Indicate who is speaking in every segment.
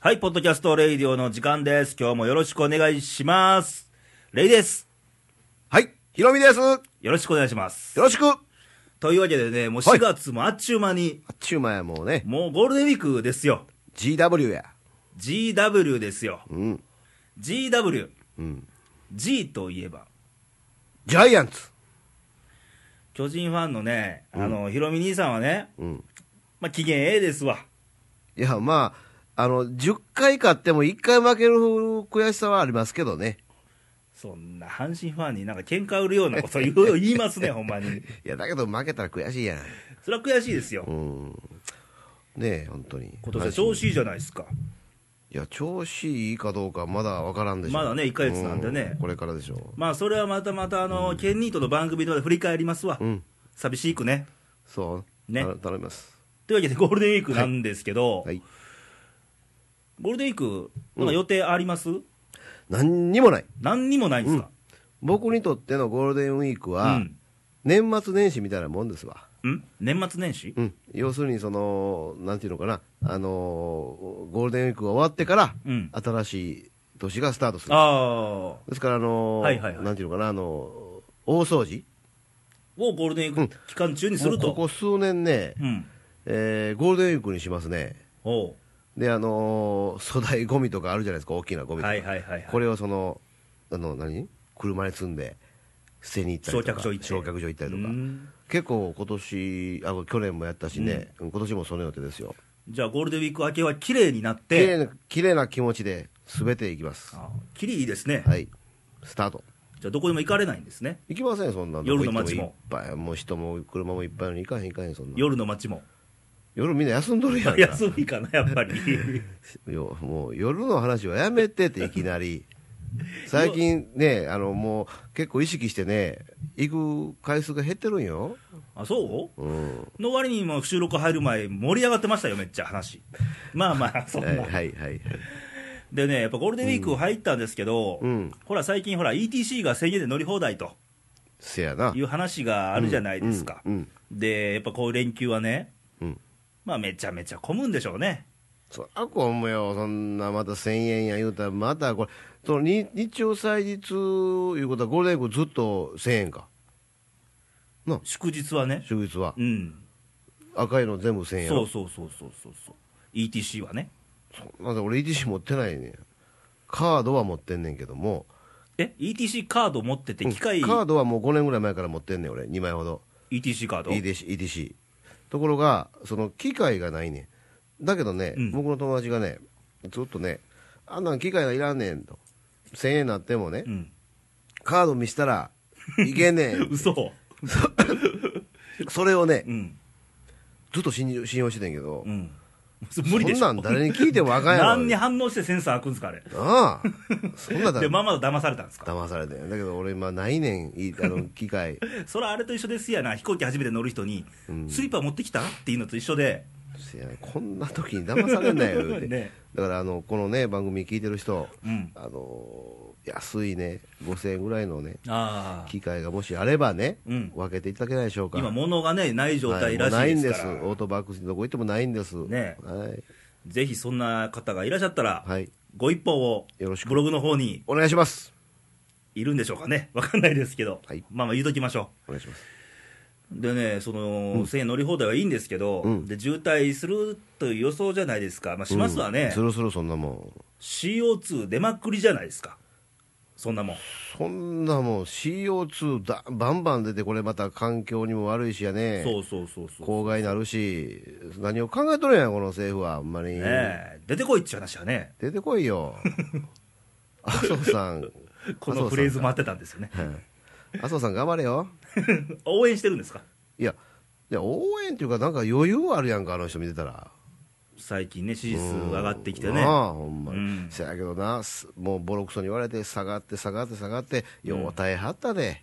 Speaker 1: はい、ポッドキャストレイディオの時間です。今日もよろしくお願いします。レイです。
Speaker 2: はい、ひろみです。よ
Speaker 1: よろしくお願いします。
Speaker 2: ろしく。あっ
Speaker 1: というわけでね、もう
Speaker 2: は
Speaker 1: 4
Speaker 2: い
Speaker 1: 月もあっちゅう間に、
Speaker 2: ちゅう間やもうね、
Speaker 1: もうゴールデンウィークですよ。
Speaker 2: GW や。
Speaker 1: GW ですよ。
Speaker 2: うん。
Speaker 1: GW。
Speaker 2: うん。
Speaker 1: G といえば、
Speaker 2: ジャイアンツ。
Speaker 1: 巨人ファンのね、あの、ヒロミ兄さんはね、
Speaker 2: うん。
Speaker 1: まあ、機嫌ええですわ。
Speaker 2: いや、まあ、あの、10回勝っても1回負ける悔しさはありますけどね。
Speaker 1: そんな阪神ファンになんか喧嘩売るようなこと言 う言いますね、ほんまに。
Speaker 2: いや、だけど負けたら悔しいやん。
Speaker 1: それは悔しいですよ。
Speaker 2: うん。ねえ、本当に。
Speaker 1: 今年は
Speaker 2: 阪神
Speaker 1: 調子いいじゃないですか。
Speaker 2: いや、調子いいかどうかまだわからんでしょ。
Speaker 1: まだね一ヶ月なんでね
Speaker 2: うこれからでしょ
Speaker 1: まあ、それはまたまた、あの、ケンニートの番組とかで振り返りますわ。
Speaker 2: う。うん。
Speaker 1: 寂しいくね。
Speaker 2: そう。
Speaker 1: ね
Speaker 2: た頼みます。
Speaker 1: というわけで、ゴールデンウィークなんですけど、
Speaker 2: はい。
Speaker 1: ゴールデンウィーク、なんか予定あります、
Speaker 2: 何にもない。
Speaker 1: 何にもないんですか、
Speaker 2: 僕にとってのゴールデンウィーク
Speaker 1: う
Speaker 2: は、
Speaker 1: ん、
Speaker 2: 年末年始みたいなもんですわ。
Speaker 1: うん年末年始、
Speaker 2: うん、要するにその、なんていうのかな、あのーゴールデンウィークが終わってから、
Speaker 1: うん
Speaker 2: 新しい年がスタートする、
Speaker 1: ああ、
Speaker 2: ですから、あのー
Speaker 1: はいはいはい
Speaker 2: なんていうのかな、あのー大掃除
Speaker 1: をゴールデンウィーク期間中にすると。
Speaker 2: もうここ数年ね、
Speaker 1: うん、
Speaker 2: えーゴールデンウィークにしますね、
Speaker 1: おう
Speaker 2: で、あのー粗大ゴミとかあるじゃないですか、大きなゴミとか、
Speaker 1: はいはいはいはい
Speaker 2: これをその、あの何車に積んで、捨てに行ったりと
Speaker 1: 焼却
Speaker 2: か、
Speaker 1: 所行って
Speaker 2: 焼却所行ったりと
Speaker 1: う
Speaker 2: か
Speaker 1: ん、
Speaker 2: 結構今年あ去年もやったしね、今年もその予定ですよ。
Speaker 1: じゃあ、ゴールデンウィーク明けは綺麗になっ
Speaker 2: 綺麗
Speaker 1: て、
Speaker 2: な綺麗な気持ちで全ていきます
Speaker 1: あー綺麗いいですね、
Speaker 2: はいスタート
Speaker 1: じゃあ、どこにも行かれないんですね、
Speaker 2: 行きませんそんな
Speaker 1: 夜の街
Speaker 2: どこ
Speaker 1: も
Speaker 2: 行っていっぱいもう人も車もいっぱいのに行かへん行かへんそんな夜
Speaker 1: 夜の街も。
Speaker 2: みんな休んどるやんか
Speaker 1: 休みかな、やっぱり。
Speaker 2: よもう夜の話はやめてっていきな り最近ねあのもう結構意識してね行く回数が減ってるんよ
Speaker 1: あそう
Speaker 2: うん
Speaker 1: の割にも収録入る前、盛り上がってましたよ、めっちゃ話。まあまあ、そんな。
Speaker 2: はいはいはいはい
Speaker 1: でね、やっぱゴールデンウィーク入ったんですけど、
Speaker 2: うん
Speaker 1: ほら、最近、ほら、ETC が1000円で乗り放題と
Speaker 2: せやな
Speaker 1: いう話があるじゃないですか、
Speaker 2: うん
Speaker 1: で、やっぱこういう連休はね、
Speaker 2: うん、うん
Speaker 1: まあ、めちゃめちゃ混むんでしょうね、
Speaker 2: そらこむよ、そんなまた1000円や言うたら、またこれ、その日日曜祭日いうことは、ゴールデンウィークずっと1000円か、
Speaker 1: 祝日はね、
Speaker 2: 祝日は、
Speaker 1: うん、
Speaker 2: 赤いの全部1000円や
Speaker 1: そう
Speaker 2: ろ、
Speaker 1: そうそうそうそうそう、ETC はね、
Speaker 2: そんなんで俺、ETC 持ってないねんカードは持ってんねんけども、
Speaker 1: え ETC カード持ってて、機械、
Speaker 2: カードはもう5年ぐらい前から持ってんねん、俺、2枚ほど、
Speaker 1: ETC カード、
Speaker 2: ETC、ETC ところが、その機械がないねん、だけどね、
Speaker 1: うん
Speaker 2: 僕の友達がね、ずっとね、あんなん機械がいらんねんと、1000円になってもね
Speaker 1: う、ん、
Speaker 2: カード見したら、いけんね んって。
Speaker 1: 嘘
Speaker 2: それをね
Speaker 1: う、ん、
Speaker 2: ずっと信じ信用してたんやけど
Speaker 1: う、ん、無理で
Speaker 2: そん
Speaker 1: し
Speaker 2: な
Speaker 1: ょ
Speaker 2: ん、誰に聞いてもあ かんやろ。
Speaker 1: 何に反応してセンサー開くんですか、あれ、
Speaker 2: ああそんなだ
Speaker 1: で、まあまだ騙されたんですか、
Speaker 2: 騙されてんだけど俺今ないねんいいあの機械
Speaker 1: それあれと一緒ですやな、飛行機初めて乗る人に、スリッパ持ってきたっていうのと一緒で。
Speaker 2: せやこんな時に騙されんなよ言う て
Speaker 1: ね
Speaker 2: だからあのこのね番組聞いてる人、
Speaker 1: うん
Speaker 2: あの安いね5000円ぐらいのね
Speaker 1: ああ
Speaker 2: 機械がもしあればね、
Speaker 1: うん
Speaker 2: 分けていただけないでしょうか
Speaker 1: 今物がねない状態らし
Speaker 2: はいもうないん
Speaker 1: で
Speaker 2: ですす
Speaker 1: から、
Speaker 2: オートバックスどこ行ってもないんです
Speaker 1: ね
Speaker 2: はい、
Speaker 1: ぜひそんな方がいらっしゃったら、
Speaker 2: はい、
Speaker 1: ご一報を
Speaker 2: よろしく
Speaker 1: ブログの方に
Speaker 2: お願いします
Speaker 1: いるんでしょうかね わかんないですけど、
Speaker 2: はい
Speaker 1: まあまあ言うときましょ
Speaker 2: お願いします
Speaker 1: うでねその、1000円乗り放題はいいんですけど、
Speaker 2: うん
Speaker 1: で渋滞するという予想じゃないですか、まあ、しますわ
Speaker 2: うん
Speaker 1: ね、
Speaker 2: そろそろそんなもん
Speaker 1: CO2 出まっくりじゃないですかそんなもん
Speaker 2: そんなもう CO2 だバンバン出てこれまた環境にも悪いしやね
Speaker 1: そうそうそうそう
Speaker 2: 公害になるし何を考えとるんやこの政府はあんまり、
Speaker 1: ねえ出てこいっていう話はね
Speaker 2: 出てこ いよ麻生さん
Speaker 1: このフレーズ待ってたんですよね
Speaker 2: 麻生さん頑張れよ
Speaker 1: 応援してるんですか
Speaker 2: いやいや応援っていうかなんか余裕あるやんかあの人見てたら
Speaker 1: 最近ね支持数上がってきてね
Speaker 2: なあほんまに、
Speaker 1: うん
Speaker 2: せやけどなすもうボロクソに言われて下がって下がって下がってよう耐えはったで、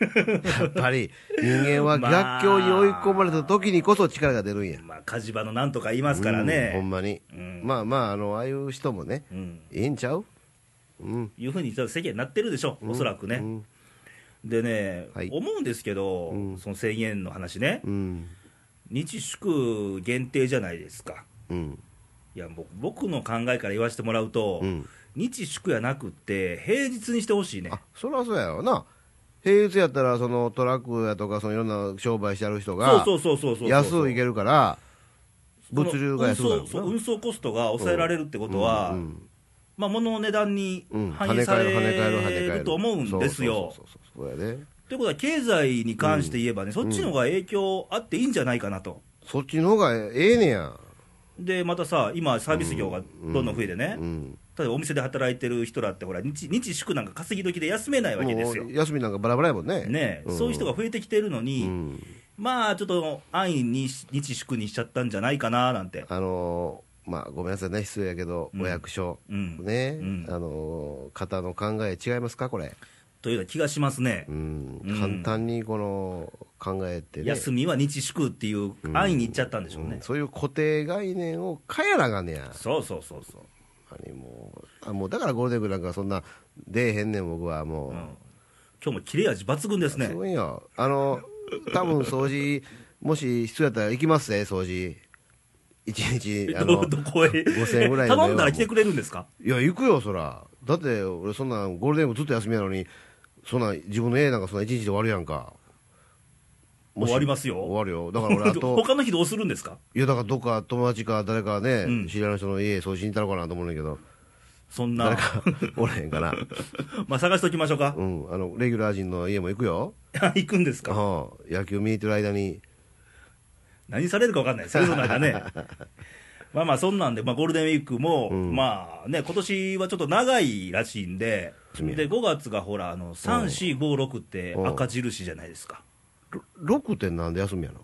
Speaker 2: やっぱり人間は逆境に追い込まれた時にこそ力が出るんや、
Speaker 1: まあ、火事場のなんとか言いますからね、
Speaker 2: うんほんまに、
Speaker 1: うん
Speaker 2: まあまああのああいう人もね、
Speaker 1: うん
Speaker 2: いいんちゃううん
Speaker 1: いうふうに世間になってるでしょう、おそらくね。
Speaker 2: うん
Speaker 1: でね、
Speaker 2: はい
Speaker 1: 思うんですけど、
Speaker 2: うん
Speaker 1: その1000円の話ね、
Speaker 2: うん
Speaker 1: 日祝限定じゃないですか、
Speaker 2: うん
Speaker 1: いや僕僕の考えから言わせてもらうと、
Speaker 2: うん
Speaker 1: 日祝やなくって、平日にしてほしいね、
Speaker 2: あそりゃそうやろな平日やったらそのトラックやとかそのいろんな商売してある人が
Speaker 1: そうそうそうそうそうそう、
Speaker 2: 安ういけるから物流が安
Speaker 1: こ
Speaker 2: う
Speaker 1: の
Speaker 2: な
Speaker 1: 運
Speaker 2: る
Speaker 1: 送
Speaker 2: もんな
Speaker 1: そう運送コストが抑えられるってことは、
Speaker 2: うんうん
Speaker 1: まあ、物の値段に
Speaker 2: うん
Speaker 1: 反映さ
Speaker 2: 跳ね返る跳ね返
Speaker 1: れ
Speaker 2: る跳ね返
Speaker 1: る
Speaker 2: る
Speaker 1: と思うんですよ。
Speaker 2: そうそうそうそうそうやね
Speaker 1: ということは、経済に関して言えばね、そっちの方が影響あっていいんじゃないかなと、
Speaker 2: そっちの方がええねや
Speaker 1: でまたさ、今、サービス業がどんどん増えてね、
Speaker 2: うん
Speaker 1: 例えばお店で働いてる人だって、ほら日、日祝なんか稼ぎ時で休めないわけですよ
Speaker 2: もう、休みなんかバラバラやもんね
Speaker 1: ねえそういう人が増えてきてるのに、
Speaker 2: うん
Speaker 1: まあちょっと安易に日祝にしちゃったんじゃないかななんて、
Speaker 2: あのーまあごめんなさいね失礼やけど
Speaker 1: うん
Speaker 2: お役所
Speaker 1: うん
Speaker 2: ね
Speaker 1: うん
Speaker 2: あのー方の考え違いますかこれ
Speaker 1: というような気がしますね
Speaker 2: う。ん
Speaker 1: うん
Speaker 2: 簡単にこの考えてね
Speaker 1: 休みは日祝っていう、安易にいっちゃったんでしょうね、
Speaker 2: うんそういう固定概念を変えなあかんねや
Speaker 1: そうそうそうそう、
Speaker 2: あれもうあもうだからゴールデンウィークなんかそんな出えへんねん僕はもう、
Speaker 1: うん、今日も切れ味抜群ですね
Speaker 2: すごいよあの多分掃除もし必要やったら行きますね掃除一 日あ
Speaker 1: ど
Speaker 2: の
Speaker 1: どこへ
Speaker 2: 5000円ぐらいの
Speaker 1: 頼んだら来てくれるんですか
Speaker 2: いや行くよそらだって俺そんなゴールデンウィークずっと休みやのにそんな自分の家なんかそんな一日で終わるやんかもし
Speaker 1: 終わりますよ
Speaker 2: 終わるよ だから俺あと
Speaker 1: 他の日どうするんですか
Speaker 2: いやだからどっか友達か誰かね、
Speaker 1: うん
Speaker 2: 知り合いの人の家掃除に行ったのかなと思うねんだけど
Speaker 1: そん
Speaker 2: 誰
Speaker 1: な
Speaker 2: かおらへんかな
Speaker 1: まあ探しておきましょうか、
Speaker 2: うんあのレギュラー陣の家も行くよ
Speaker 1: 行くんですか
Speaker 2: うん野球見に行ってる間に
Speaker 1: 何されるか分かんないですねその間 ねまあまあそんなんで、まあ、ゴールデンウィークも、まあね今年はちょっと長いらしいんで
Speaker 2: 休みや
Speaker 1: で5月がほらあの3456って
Speaker 2: うん
Speaker 1: 赤印じゃないですか
Speaker 2: 6ってなんで休みやの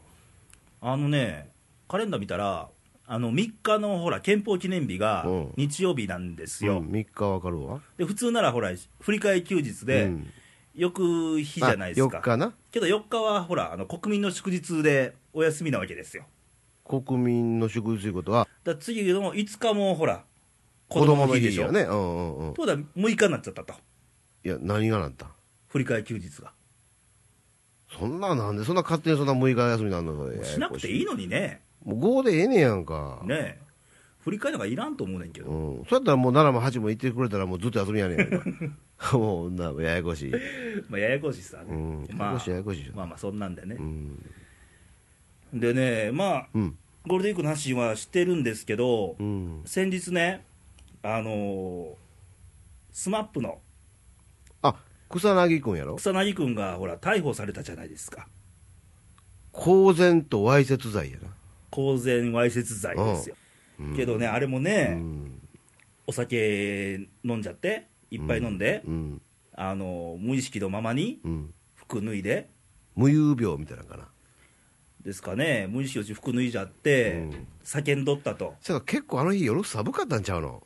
Speaker 1: あのねカレンダー見たらあの3日のほら憲法記念日が
Speaker 2: うん
Speaker 1: 日曜日なんですよ、
Speaker 2: 3日わかるわ
Speaker 1: で普通ならほら振り替え休日で、
Speaker 2: うん
Speaker 1: 翌日じゃないですか
Speaker 2: あ4日な
Speaker 1: けど4日はほらあの国民の祝日でお休みなわけですよ
Speaker 2: 国民の祝日ということは
Speaker 1: だから次の5日もほら
Speaker 2: 子供の日
Speaker 1: で
Speaker 2: で
Speaker 1: し
Speaker 2: し
Speaker 1: ょ
Speaker 2: ょねうんうんうん
Speaker 1: そうだ6日になっちゃったと
Speaker 2: いや何がなんだ
Speaker 1: 振り替え休日が
Speaker 2: そんななんでそんな勝手にそんな6日休みなんのそれ
Speaker 1: しなくていいのにね
Speaker 2: もう5でええねやんか
Speaker 1: ねえ振り替えなんかいらんと思うねんけ
Speaker 2: う
Speaker 1: ど
Speaker 2: んそうやったらもう7も8も行ってくれたらもうずっと休みやねん もうなややこしい
Speaker 1: まあややこしいさ、
Speaker 2: うんや
Speaker 1: ま
Speaker 2: や
Speaker 1: あ
Speaker 2: こしいややこしいじゃん
Speaker 1: まあまあそんなんでね
Speaker 2: う、ん
Speaker 1: でねまあ
Speaker 2: うん
Speaker 1: ゴールデンウィークの話はしてるんですけど、
Speaker 2: うん
Speaker 1: 先日ねあのー、スマップの
Speaker 2: あ草薙君やろ
Speaker 1: 草薙君がほら逮捕されたじゃないですか
Speaker 2: 公然とわいせつ罪やな
Speaker 1: 公然わいせつ罪ですよ、
Speaker 2: うん
Speaker 1: けどねあれも
Speaker 2: う
Speaker 1: ね、
Speaker 2: ん
Speaker 1: お酒飲んじゃっていっぱい飲んで、
Speaker 2: うん
Speaker 1: あの無意識のままに
Speaker 2: うん
Speaker 1: 服脱いで
Speaker 2: 無遊病みたいなのかな
Speaker 1: ですかね無意識のうち服脱いじゃって、
Speaker 2: うん
Speaker 1: 叫んどったと
Speaker 2: そやから結構あの日夜寒かったんちゃうの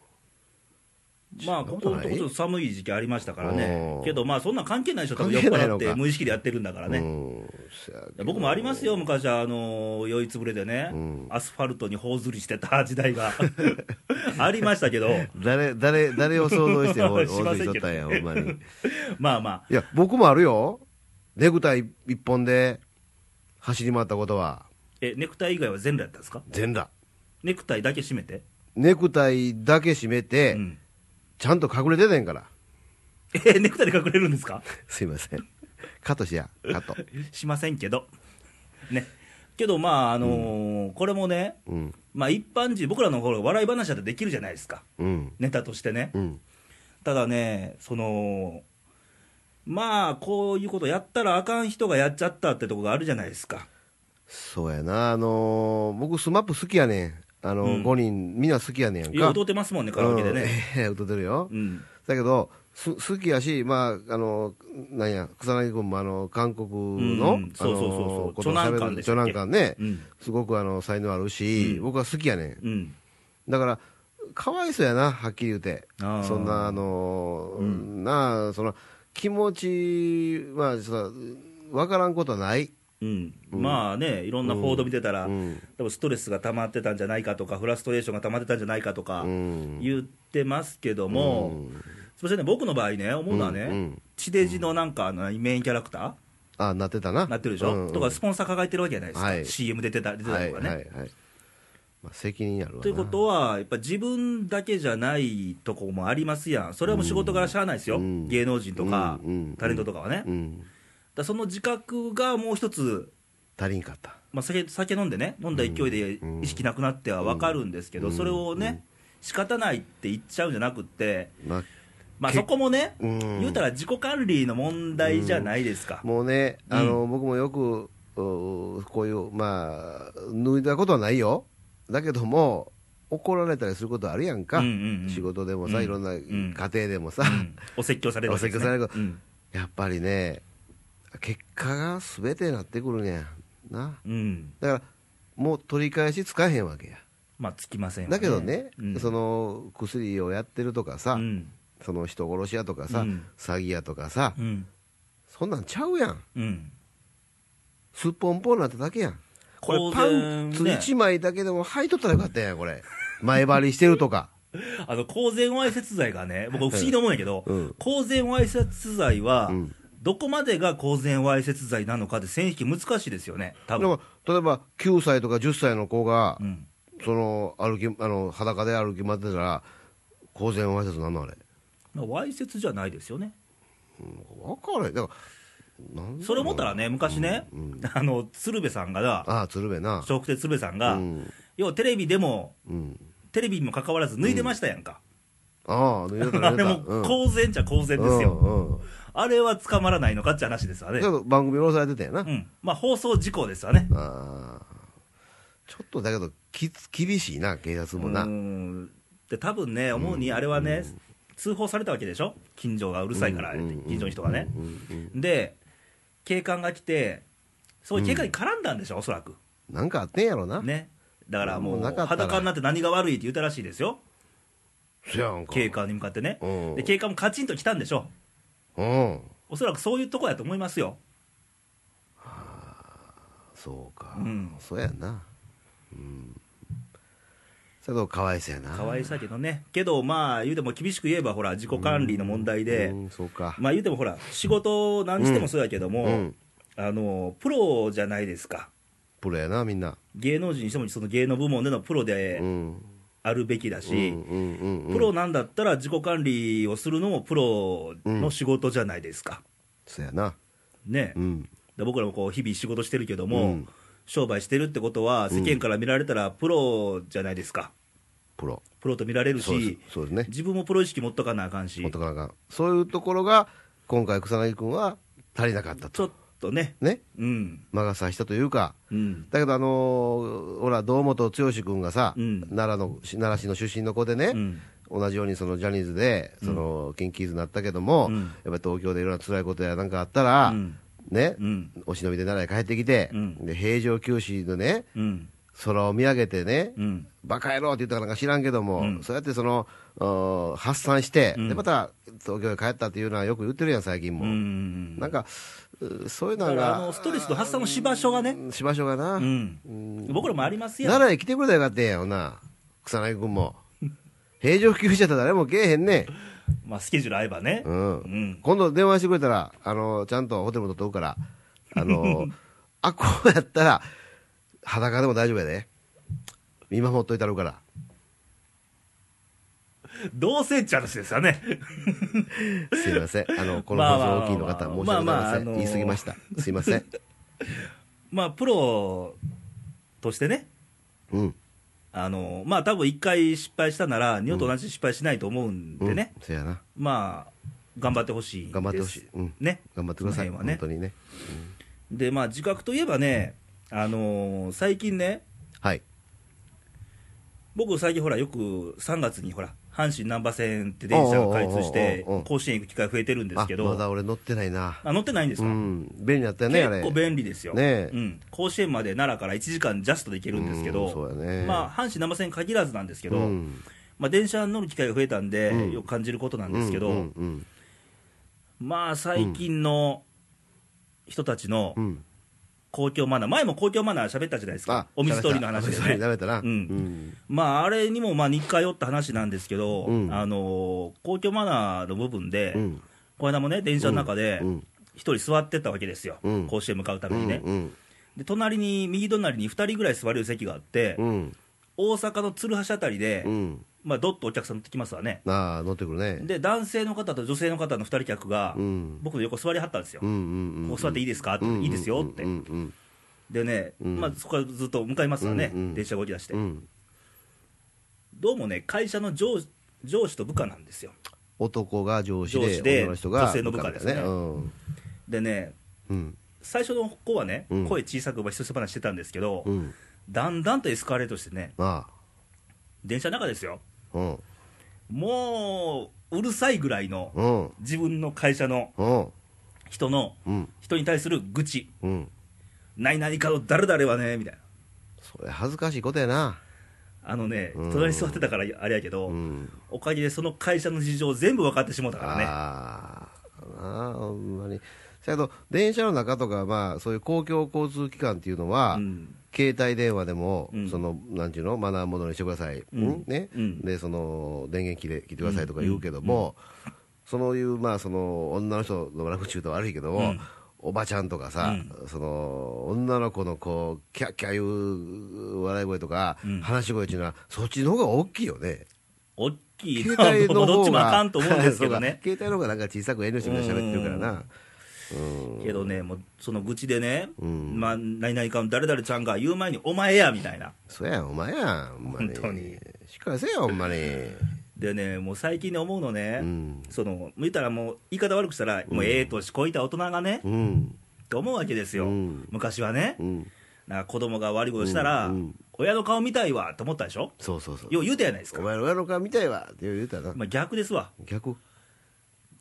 Speaker 1: まあ
Speaker 2: そ
Speaker 1: こ
Speaker 2: ん
Speaker 1: こ
Speaker 2: なこと
Speaker 1: の
Speaker 2: ない
Speaker 1: とこちょっと寒い時期ありましたからね
Speaker 2: うん
Speaker 1: けどまあそんなん関係ないでしょ多分酔っ
Speaker 2: 関係な
Speaker 1: 払
Speaker 2: い
Speaker 1: っ
Speaker 2: のか
Speaker 1: て無意識でやってるんだからね、
Speaker 2: うんそやけど
Speaker 1: 僕もありますよ昔あの酔いつぶれでね、
Speaker 2: うん
Speaker 1: アスファルトに頬ずりしてた時 代がありましたけど
Speaker 2: 誰誰誰を想像し てお大
Speaker 1: しませんけど
Speaker 2: 勢しとったんやほんまに
Speaker 1: まあまあ
Speaker 2: いや僕もあるよネクタイ一本で走り回ったことは
Speaker 1: えネクタイ以外は全裸やったんですか
Speaker 2: 全裸
Speaker 1: ネクタイだけ締めて、
Speaker 2: ネクタイだけ締めて、
Speaker 1: うん
Speaker 2: ちゃんと隠れてねんから
Speaker 1: えネクタイで隠れるんですか
Speaker 2: すいませんカットしやカット
Speaker 1: しませんけど、ね、けどまあ、あのーこれもね、
Speaker 2: うん
Speaker 1: まあ、一般人、僕らの頃笑い話だってできるじゃないですか、
Speaker 2: うん
Speaker 1: ネタとしてね、
Speaker 2: うん
Speaker 1: ただね、そのまあ、こういうことやったらあかん人がやっちゃったってとこがあるじゃないですか、
Speaker 2: そうやなあのー僕スマップ好きやねんあのー、
Speaker 1: うん
Speaker 2: 5人みんな好きやねんや
Speaker 1: い
Speaker 2: ん
Speaker 1: や、
Speaker 2: か
Speaker 1: 歌うてますもんね、カラオケでね。
Speaker 2: うん、ええ歌ってるよ、
Speaker 1: うん
Speaker 2: だけどす好きやし、まあ、あのなんや草薙君もあの韓国
Speaker 1: う
Speaker 2: の
Speaker 1: ん
Speaker 2: あ
Speaker 1: そうそうそうそう
Speaker 2: の
Speaker 1: 長男館でしたっけ
Speaker 2: 長男館ね、
Speaker 1: うん
Speaker 2: すごくあの才能あるし、
Speaker 1: うん
Speaker 2: 僕は好きやねん
Speaker 1: うん
Speaker 2: だからかわいそうやなはっきり言うて
Speaker 1: あー
Speaker 2: そんなあの、なあその気持ちはさ分からんことはない、
Speaker 1: うん、まあね、いろんな報道見てたら、
Speaker 2: うん
Speaker 1: 多分ストレスが溜まってたんじゃないかとか、フラストレーションが溜まってたんじゃないかとか、
Speaker 2: うん
Speaker 1: 言ってますけども、
Speaker 2: うん
Speaker 1: すみませんね、僕の場合ね、思うのはね、
Speaker 2: うんうん
Speaker 1: 地デジのなんかあのメインキャラクタ
Speaker 2: あなってたな
Speaker 1: ーなってるでしょ、
Speaker 2: うんうん
Speaker 1: とか、スポンサー抱えてるわけじゃないですか、
Speaker 2: はい
Speaker 1: CM 出てた出てたりとかね、
Speaker 2: はいはいはいまあ、責任やるわな
Speaker 1: ということは、やっぱ自分だけじゃないとこもありますやん、それはもう仕事からしゃあないですよ、
Speaker 2: うん
Speaker 1: 芸能人とか、
Speaker 2: うんうん
Speaker 1: タレントとかはね、だ
Speaker 2: う
Speaker 1: か
Speaker 2: ん
Speaker 1: らその自覚がもう一つ、
Speaker 2: 足りんかった
Speaker 1: まあ、酒酒飲んでね、飲んだ勢いで
Speaker 2: うん
Speaker 1: 意識なくなっては分かるんですけど、
Speaker 2: うん
Speaker 1: それをね、仕方ないって言っちゃうんじゃなくって、
Speaker 2: まあ
Speaker 1: まあ、
Speaker 2: け
Speaker 1: そこもね、
Speaker 2: うん
Speaker 1: 言うたら自己管理の問題じゃないですか、
Speaker 2: もうね、あの僕もよくうこういう、まあ、脱いだことはないよ、だけども、怒られたりすることあるやんか、
Speaker 1: うんうんうん
Speaker 2: 仕事でもさ、
Speaker 1: うん
Speaker 2: いろんな家
Speaker 1: ん
Speaker 2: 庭でもさ、
Speaker 1: うんお説教されるわけです、ね、
Speaker 2: お説教される
Speaker 1: うん
Speaker 2: やっぱりね、結果がすべてになってくるねやな、
Speaker 1: うん
Speaker 2: だから、もう取り返しつかへんわけや。
Speaker 1: まあ、つきませんわ
Speaker 2: だけどね、
Speaker 1: うん
Speaker 2: その薬をやってるとかさ、
Speaker 1: うん
Speaker 2: その人殺しやとかさ、
Speaker 1: うん
Speaker 2: 詐欺やとかさ、
Speaker 1: うん
Speaker 2: そんなんちゃうやん、
Speaker 1: うん
Speaker 2: すっぽんぽんなっただけやん。これ
Speaker 1: 当
Speaker 2: パ
Speaker 1: 然
Speaker 2: ン
Speaker 1: ね
Speaker 2: ツ1枚だけでも入っとったらよかったやんこれ 前張りしてるとか
Speaker 1: あの公然わいせつ罪がね、僕、不思議と思うんやけど、
Speaker 2: うん
Speaker 1: 公然わいせつ罪は、
Speaker 2: うん
Speaker 1: どこまでが公然わいせつ罪なのかって、線引き難しいですよね、多
Speaker 2: で
Speaker 1: 分
Speaker 2: も例えば9歳とか10歳の子が、
Speaker 1: うん
Speaker 2: その歩きあの裸で歩き回ってたら公然わいせつなんのあれ、
Speaker 1: まあわいせつじゃないですよね、
Speaker 2: うん、分かれだからなん
Speaker 1: それ思ったら
Speaker 2: ね
Speaker 1: ね、昔ね、あの鶴瓶さんが、
Speaker 2: ああ鶴瓶な
Speaker 1: 笑福亭鶴瓶さんが、
Speaker 2: うん
Speaker 1: 要はテレビでも、
Speaker 2: うん
Speaker 1: テレビにもかかわらず、脱いでましたやんか、
Speaker 2: ああ脱いだ脱い だ
Speaker 1: あれも公然じゃ公然ですよ、
Speaker 2: うんうん
Speaker 1: あれは捕まらないのかって話ですわね
Speaker 2: ちょ、っと番組降ろされてたよな、
Speaker 1: うんまあ、放送事項ですわね。
Speaker 2: ああちょっとだけどきつ厳しいな警察もな、
Speaker 1: んで多分ね、思うにあれはね、通報されたわけでしょ、近所がうるさいから、
Speaker 2: うん
Speaker 1: 近所の人がね。
Speaker 2: うんうん
Speaker 1: で、警官が来て、そういう警官に絡んだんでしょ、おそらく。
Speaker 2: なんかあってんやろな、
Speaker 1: ね、だからも
Speaker 2: も
Speaker 1: う、
Speaker 2: うなかったら
Speaker 1: 裸になって何が悪いって言ったらしいですよ、
Speaker 2: そやんか
Speaker 1: 警官に向かってね
Speaker 2: う。ん
Speaker 1: で、警官もカチンと来たんでしょ、
Speaker 2: うん
Speaker 1: おそらくそういうとこやと思いますよ。
Speaker 2: そうか、
Speaker 1: うん
Speaker 2: そうやなうんそれとかわいそうやな
Speaker 1: 可愛さけどね、けどまあ、言うても厳しく言えば、ほら、自己管理の問題で。
Speaker 2: うんそうか
Speaker 1: まあ言うてもほら、仕事を何してもそうやけども、
Speaker 2: うんうん
Speaker 1: あのプロじゃないですか、
Speaker 2: プロやなみんな
Speaker 1: 芸能人にしてもその芸能部門でのプロ
Speaker 2: う
Speaker 1: で
Speaker 2: ん
Speaker 1: あるべきだ
Speaker 2: うんう
Speaker 1: し、
Speaker 2: んうんうん
Speaker 1: プロなんだったら自己管理をするのもプロの仕事じゃないですか、
Speaker 2: そうやな
Speaker 1: ね、
Speaker 2: うん
Speaker 1: で僕らもこう日々仕事してるけども、
Speaker 2: うん
Speaker 1: 商売してるってことは、世間から見られたらプロじゃないですか、
Speaker 2: プロ
Speaker 1: プロと見られる
Speaker 2: そうです
Speaker 1: し、
Speaker 2: そうですね
Speaker 1: 自分もプロ意識持っとかなあかんし、
Speaker 2: 元からあかんそういうところが今回草薙君は足りなかった
Speaker 1: ちょっとね、
Speaker 2: ね
Speaker 1: うん、
Speaker 2: 魔が差したというか
Speaker 1: うん、
Speaker 2: だけどあのーほら堂本剛君がさ、
Speaker 1: うん
Speaker 2: 奈良の奈良市の出身の子でね、
Speaker 1: うん
Speaker 2: 同じようにそのジャニーズでそのキンキーズになったけども、
Speaker 1: うん
Speaker 2: やっぱり東京でいろんな辛いことやなんかあったら、
Speaker 1: うん
Speaker 2: ね、
Speaker 1: うん、
Speaker 2: お忍びで奈良へ帰ってきて、
Speaker 1: うん
Speaker 2: で平城宮市のね
Speaker 1: うん、
Speaker 2: 空を見上げてね、
Speaker 1: うん。
Speaker 2: バカ野郎って言ったかなんか知らんけども、
Speaker 1: うん
Speaker 2: そうやってそのうん発散して、
Speaker 1: うん
Speaker 2: でまた東京へ帰ったっていうのはよく言ってるやん最近も、
Speaker 1: うん
Speaker 2: なんかうそういう
Speaker 1: だ
Speaker 2: の
Speaker 1: からあの
Speaker 2: が
Speaker 1: ストレスの発散のし場所がね、
Speaker 2: しましょうかな、
Speaker 1: うん、僕らもありますやん、
Speaker 2: 奈良へ来てくれたらよかったんやんほな草薙 君も平常級者と誰も来えへんね
Speaker 1: まあ、スケジュール合えばね、
Speaker 2: う
Speaker 1: うんん、
Speaker 2: 今度電話してくれたら、あのちゃんとホテルも取っとくから、あ のあこうやったら、裸でも大丈夫やで、見守っといたるから、
Speaker 1: どうせっちゃう話ですよね、
Speaker 2: すいません、あのこの
Speaker 1: まあ
Speaker 2: 放
Speaker 1: まあ
Speaker 2: 送大きいの方、申し訳ござい
Speaker 1: まあま
Speaker 2: ま
Speaker 1: ああ
Speaker 2: せ
Speaker 1: の
Speaker 2: ん、言い過ぎました、すいま せん、
Speaker 1: まあ、プロとしてね、
Speaker 2: うん、
Speaker 1: あのまあ多分一回失敗したなら、二度と同じ失敗しないと思うん
Speaker 2: うん
Speaker 1: でね、、
Speaker 2: そやな、
Speaker 1: まあ、頑張ってほしいです、
Speaker 2: 頑張ってほしいうん
Speaker 1: ね、
Speaker 2: 頑張ってください、
Speaker 1: その
Speaker 2: 本
Speaker 1: 辺は
Speaker 2: 当
Speaker 1: ね。
Speaker 2: にね、
Speaker 1: で、まあ、自覚といえばね、あのー最近ね、
Speaker 2: はい、
Speaker 1: 僕、最近ほら、よく3月にほら、阪神難波線って電車が開通して
Speaker 2: おうおうおうおうおう、
Speaker 1: 甲子園行く機会増えてるんです
Speaker 2: あ
Speaker 1: けど、
Speaker 2: まだ俺乗ってないな、
Speaker 1: あ乗ってないんです
Speaker 2: う
Speaker 1: か、
Speaker 2: ん、便利だったよね、あれ、
Speaker 1: 結構便利ですよ、
Speaker 2: ねえ
Speaker 1: うん、甲子園まで奈良から1時間ジャストで行けるんですけ
Speaker 2: うん
Speaker 1: ど、
Speaker 2: そうやね
Speaker 1: まあ、阪神生線限らずなんですけど、
Speaker 2: うん
Speaker 1: まあ、電車に乗る機会が増えたんで、
Speaker 2: うん
Speaker 1: よく感じることなんですけど、
Speaker 2: うんうん
Speaker 1: まあ、最近の人たちの
Speaker 2: うんうん
Speaker 1: 公共マナー、前も公共マナー喋ったじゃないですか、お水通りの話で
Speaker 2: お水 取
Speaker 1: ね
Speaker 2: り。食べたな、
Speaker 1: うんまあ、あれにもまあ日課よった話なんですけど、
Speaker 2: うん
Speaker 1: あの公共マナーの部分で、
Speaker 2: うん
Speaker 1: この間もね、電車の中で
Speaker 2: うん
Speaker 1: 一人座ってったわけですよ、
Speaker 2: うん
Speaker 1: 甲子園向かうためにね。
Speaker 2: うん
Speaker 1: で隣に右隣に2人ぐらい座れる席があって、
Speaker 2: うんうん
Speaker 1: 大阪の鶴橋あたりで、
Speaker 2: うん、
Speaker 1: まあ、どっとお客さん乗ってきますわね、
Speaker 2: ああ乗ってくるね
Speaker 1: で男性の方と女性の方の2人客が、
Speaker 2: うん
Speaker 1: 僕の横座りはったんですよ、
Speaker 2: うんうんうん
Speaker 1: ここ座っていいですかって、
Speaker 2: うんうん
Speaker 1: いいですよって、
Speaker 2: うんうん
Speaker 1: でね、
Speaker 2: うん
Speaker 1: まあ、そこからずっと向かいますわね、
Speaker 2: うんうん
Speaker 1: 電車動き出して、
Speaker 2: うんうん
Speaker 1: どうもね、会社の上上司と部下なんですよ、
Speaker 2: 男が上司で
Speaker 1: 上司で
Speaker 2: 女の人が
Speaker 1: 女性の部下ですね
Speaker 2: だよ
Speaker 1: でね、
Speaker 2: うんうん
Speaker 1: 最初の子はね、
Speaker 2: うん
Speaker 1: 声小さく、まあひとつ話してたんですけど、
Speaker 2: うん
Speaker 1: だんだんとエスカレートしてね、
Speaker 2: あ
Speaker 1: 電車の中ですよ、
Speaker 2: あうん
Speaker 1: もううるさいぐらいの、
Speaker 2: うん
Speaker 1: 自分の会社の
Speaker 2: うん
Speaker 1: 人の、
Speaker 2: うん
Speaker 1: 人に対する愚痴、
Speaker 2: うん
Speaker 1: 何々かの誰々はね、みたいな、
Speaker 2: それ恥ずかしいことやな
Speaker 1: あのね
Speaker 2: うん、
Speaker 1: 隣に座ってたからあれやけど、
Speaker 2: うん
Speaker 1: おかげでその会社の事情、全部分かってしもうたからね。
Speaker 2: ああなあほんまにせやけど電車の中とかまあそういう公共交通機関っていうのは、
Speaker 1: うん
Speaker 2: 携帯電話でも、
Speaker 1: うん
Speaker 2: そのなんちゅうのマナーモードにしてください、
Speaker 1: うん
Speaker 2: んね
Speaker 1: うん
Speaker 2: でその電源切れ切ってくださいとか言うけども、そういうまあその女の人の悪口言うと悪いけども、
Speaker 1: うん
Speaker 2: おばちゃんとかさ、その女の子のこうキャッキャ言う笑い声とか、
Speaker 1: うん
Speaker 2: 話し声っていうのはそっちの方が大きいよね
Speaker 1: 大きいの
Speaker 2: 携帯
Speaker 1: は、
Speaker 2: の
Speaker 1: ど っ
Speaker 2: 方
Speaker 1: ちもあ
Speaker 2: が
Speaker 1: かんと思うんですけど
Speaker 2: そう
Speaker 1: ね
Speaker 2: か。携帯の方がなんか小さく遠慮してみんな喋ってるからな
Speaker 1: けどね、もうその愚痴でね、
Speaker 2: うん
Speaker 1: まあ、何々かの誰々ちゃんが言う前に、お前やみたいな、
Speaker 2: そうやんお前やんほんまに
Speaker 1: 本当に
Speaker 2: しっかりせえよほんまに
Speaker 1: でね、もう最近ね、思うのね、
Speaker 2: うん
Speaker 1: その言ったらもう、言い方悪くしたら、もうええ年こいた大人がね、
Speaker 2: うん
Speaker 1: と思うわけですよ、
Speaker 2: うん
Speaker 1: 昔はね
Speaker 2: う、ん
Speaker 1: なんか子供が悪いことしたら、
Speaker 2: うんうん
Speaker 1: 親の顔見たいわと思ったでしょ、
Speaker 2: そうそうそう
Speaker 1: よう言うたやないです
Speaker 2: お
Speaker 1: か、
Speaker 2: 前の親の顔見たいわって言うたな
Speaker 1: まあ、逆ですわ、
Speaker 2: 逆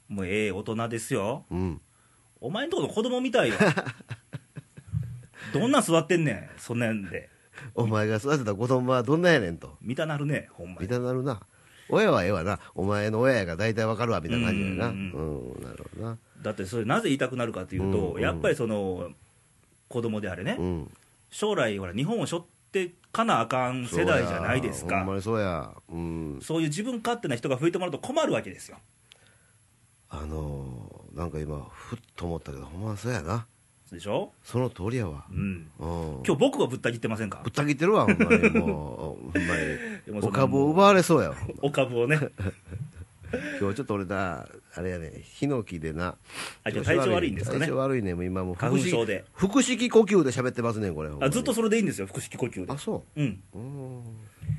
Speaker 1: もうええ大人ですよ、
Speaker 2: うん
Speaker 1: お前んとこの子供みたい わ、どんなん座ってんねん、そんなんで、
Speaker 2: お前が育てた子供はどんなんやねんと
Speaker 1: 見たなるね、ほんま
Speaker 2: み
Speaker 1: に。
Speaker 2: たいになるな親はええわなお前の親やが大体わかるわみたいな感じやなう
Speaker 1: うん
Speaker 2: んなるほどな
Speaker 1: だってそれなぜ言いたくなるかというと、
Speaker 2: うんうん
Speaker 1: やっぱりその子供であれね、
Speaker 2: うん
Speaker 1: 将来ほら日本を背負ってかなあかん世代じゃないです
Speaker 2: そうや
Speaker 1: か
Speaker 2: ほんまにそうやうん
Speaker 1: そういう自分勝手な人が増えてもらうと困るわけですよ
Speaker 2: あのーなんか今ふっと思ったけどほんまそうやな
Speaker 1: そうでしょ
Speaker 2: その通りやわ
Speaker 1: うん
Speaker 2: うん
Speaker 1: 今日僕がぶった切ってませんか
Speaker 2: ぶった切ってるわほんまにもうほんま
Speaker 1: で
Speaker 2: に
Speaker 1: もその
Speaker 2: お株を奪われそうやわ
Speaker 1: お株 をね
Speaker 2: 今日ちょっと俺なあれやねヒノキでな
Speaker 1: あ今日体調悪いんですかね
Speaker 2: 体調悪いねもう今もう腹
Speaker 1: 花
Speaker 2: 式
Speaker 1: 粉症で
Speaker 2: 腹式呼吸で喋ってますねこれほんま
Speaker 1: あ
Speaker 2: に
Speaker 1: ずっとそれでいいんですよ腹式呼吸で
Speaker 2: あそ
Speaker 1: うん
Speaker 2: ううん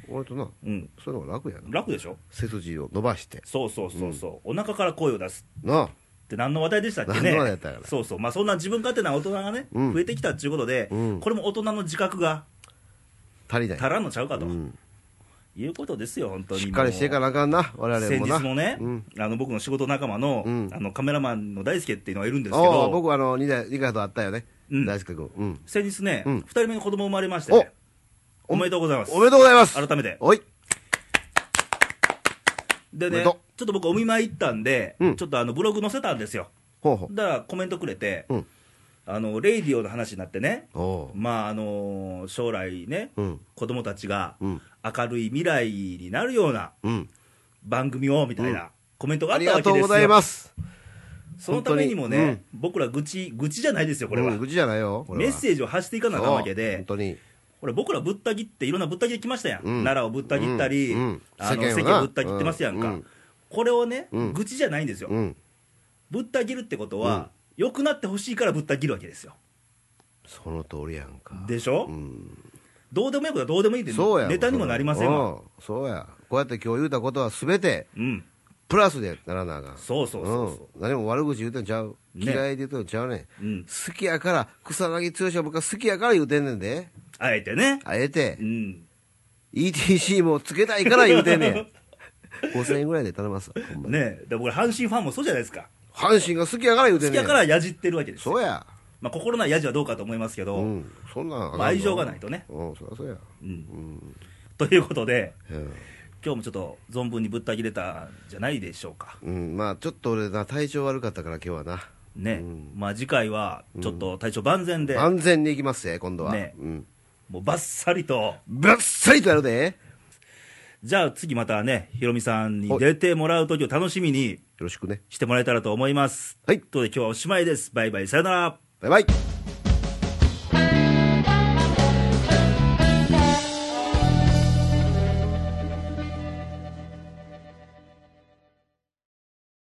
Speaker 2: 俺とな
Speaker 1: うん
Speaker 2: そういうのが楽やな
Speaker 1: 楽でしょ
Speaker 2: 背筋を伸ばして
Speaker 1: そうそうそうそう、お腹から声を出す
Speaker 2: なあ
Speaker 1: って何の話題でしたっけね
Speaker 2: 何の話題やったかな
Speaker 1: そうそうまあそんな自分勝手な大人がね、
Speaker 2: うん
Speaker 1: 増えてきたっていうことで、
Speaker 2: うん
Speaker 1: これも大人の自覚が
Speaker 2: 足りない
Speaker 1: 足らんのちゃうかと、
Speaker 2: うん
Speaker 1: いうことですよ本当に
Speaker 2: しっかりしていかなあかんな我々
Speaker 1: 先
Speaker 2: もな
Speaker 1: 日もね、
Speaker 2: うん
Speaker 1: あの僕の仕事仲間の,、
Speaker 2: うん
Speaker 1: あのカメラマンの大輔っていうのがいるんですけ
Speaker 2: ああ
Speaker 1: ど、
Speaker 2: 僕あの二代二回と会ったよね、
Speaker 1: うん
Speaker 2: 大輔君、うん、
Speaker 1: 先日ね、
Speaker 2: う
Speaker 1: 二
Speaker 2: ん
Speaker 1: 2人目の子供生まれましてね、おめでとうございます
Speaker 2: お、めでとうございます
Speaker 1: 改めて。
Speaker 2: おい
Speaker 1: で
Speaker 2: おめ
Speaker 1: ね、
Speaker 2: で
Speaker 1: ちょ
Speaker 2: と
Speaker 1: っと僕、お見舞い行ったんで、
Speaker 2: うん
Speaker 1: ちょっとあのブログ載せたんですよ、
Speaker 2: ほうほ
Speaker 1: だからコメントくれて、
Speaker 2: ううん
Speaker 1: あのレイディオの話になってね、
Speaker 2: おおう
Speaker 1: まああの将来ね、
Speaker 2: うん
Speaker 1: 子供たちが
Speaker 2: うん
Speaker 1: 明るい未来になるような
Speaker 2: うん
Speaker 1: 番組をみたいなコメントがあ
Speaker 2: あ
Speaker 1: っ
Speaker 2: り
Speaker 1: たわ
Speaker 2: が
Speaker 1: けですよ、
Speaker 2: とうございます
Speaker 1: そのためにもね、
Speaker 2: 本
Speaker 1: 僕ら愚痴、愚痴じゃないですよ、これは。
Speaker 2: うん愚痴じゃないよこれ
Speaker 1: メ
Speaker 2: は
Speaker 1: ッセージを発していかなあかんわけ
Speaker 2: そう本
Speaker 1: で、
Speaker 2: 当に
Speaker 1: これ、僕らぶった切って、いろんなぶった切り来ましたやん、
Speaker 2: うん
Speaker 1: 奈良をぶった切ったり、
Speaker 2: うんうん
Speaker 1: あの
Speaker 2: 世間をな
Speaker 1: 世間をぶった切ってますやんか、
Speaker 2: うん
Speaker 1: これをね、
Speaker 2: うん
Speaker 1: 愚痴じゃないんですよ、
Speaker 2: うん
Speaker 1: ぶった切るってことは、良くなってほしいからぶった切るわけですよ、
Speaker 2: その通りやんか
Speaker 1: でしょ、
Speaker 2: うん
Speaker 1: どうでもいいことはどうでもいいんで、
Speaker 2: そうや
Speaker 1: ネタにもなりませんわ、
Speaker 2: わそうやこうやって今日言うたことはすべて
Speaker 1: うん、
Speaker 2: プラスでならなあかん
Speaker 1: そうそうそうそう、
Speaker 2: ん何も悪口言うてんちゃう
Speaker 1: ね
Speaker 2: 嫌いで言うてんちゃうねん
Speaker 1: うん
Speaker 2: 好きやから草薙剛は僕は好きやから言うてんねんで
Speaker 1: あえてね、
Speaker 2: あえて
Speaker 1: うん、
Speaker 2: ETC もつけたいから言うてんね ん5000円ぐらいで頼みますわほんまに
Speaker 1: ねで僕ら、阪神ファンもそうじゃないですか、
Speaker 2: 阪神が好きやから言うて
Speaker 1: 好
Speaker 2: ん
Speaker 1: き
Speaker 2: ねん
Speaker 1: やからやじってるわけですよ、
Speaker 2: そうや
Speaker 1: まあ、心ないやじはどうかと思いますけど、
Speaker 2: うんそんなんあかんぞ
Speaker 1: まあ愛情がないとね
Speaker 2: うんそりゃそうや
Speaker 1: うんということで。
Speaker 2: うん
Speaker 1: 今日もちょっと存分にぶった切れたんじゃないでしょうか
Speaker 2: うんまあちょっと俺な体調悪かったから今日はな
Speaker 1: ね、まあ次回はちょっと体調万全で、
Speaker 2: 安全に行きますぜ今度は、
Speaker 1: ね
Speaker 2: うん
Speaker 1: もうバッサリと
Speaker 2: ばっさりとやるでよ
Speaker 1: じゃあ次またねひろみさんに出てもらう時を楽しみに
Speaker 2: ろしくね
Speaker 1: してもらえたらと思います
Speaker 2: はい
Speaker 1: ということで今日はおしまいですバイバイさよなら
Speaker 2: バイバイ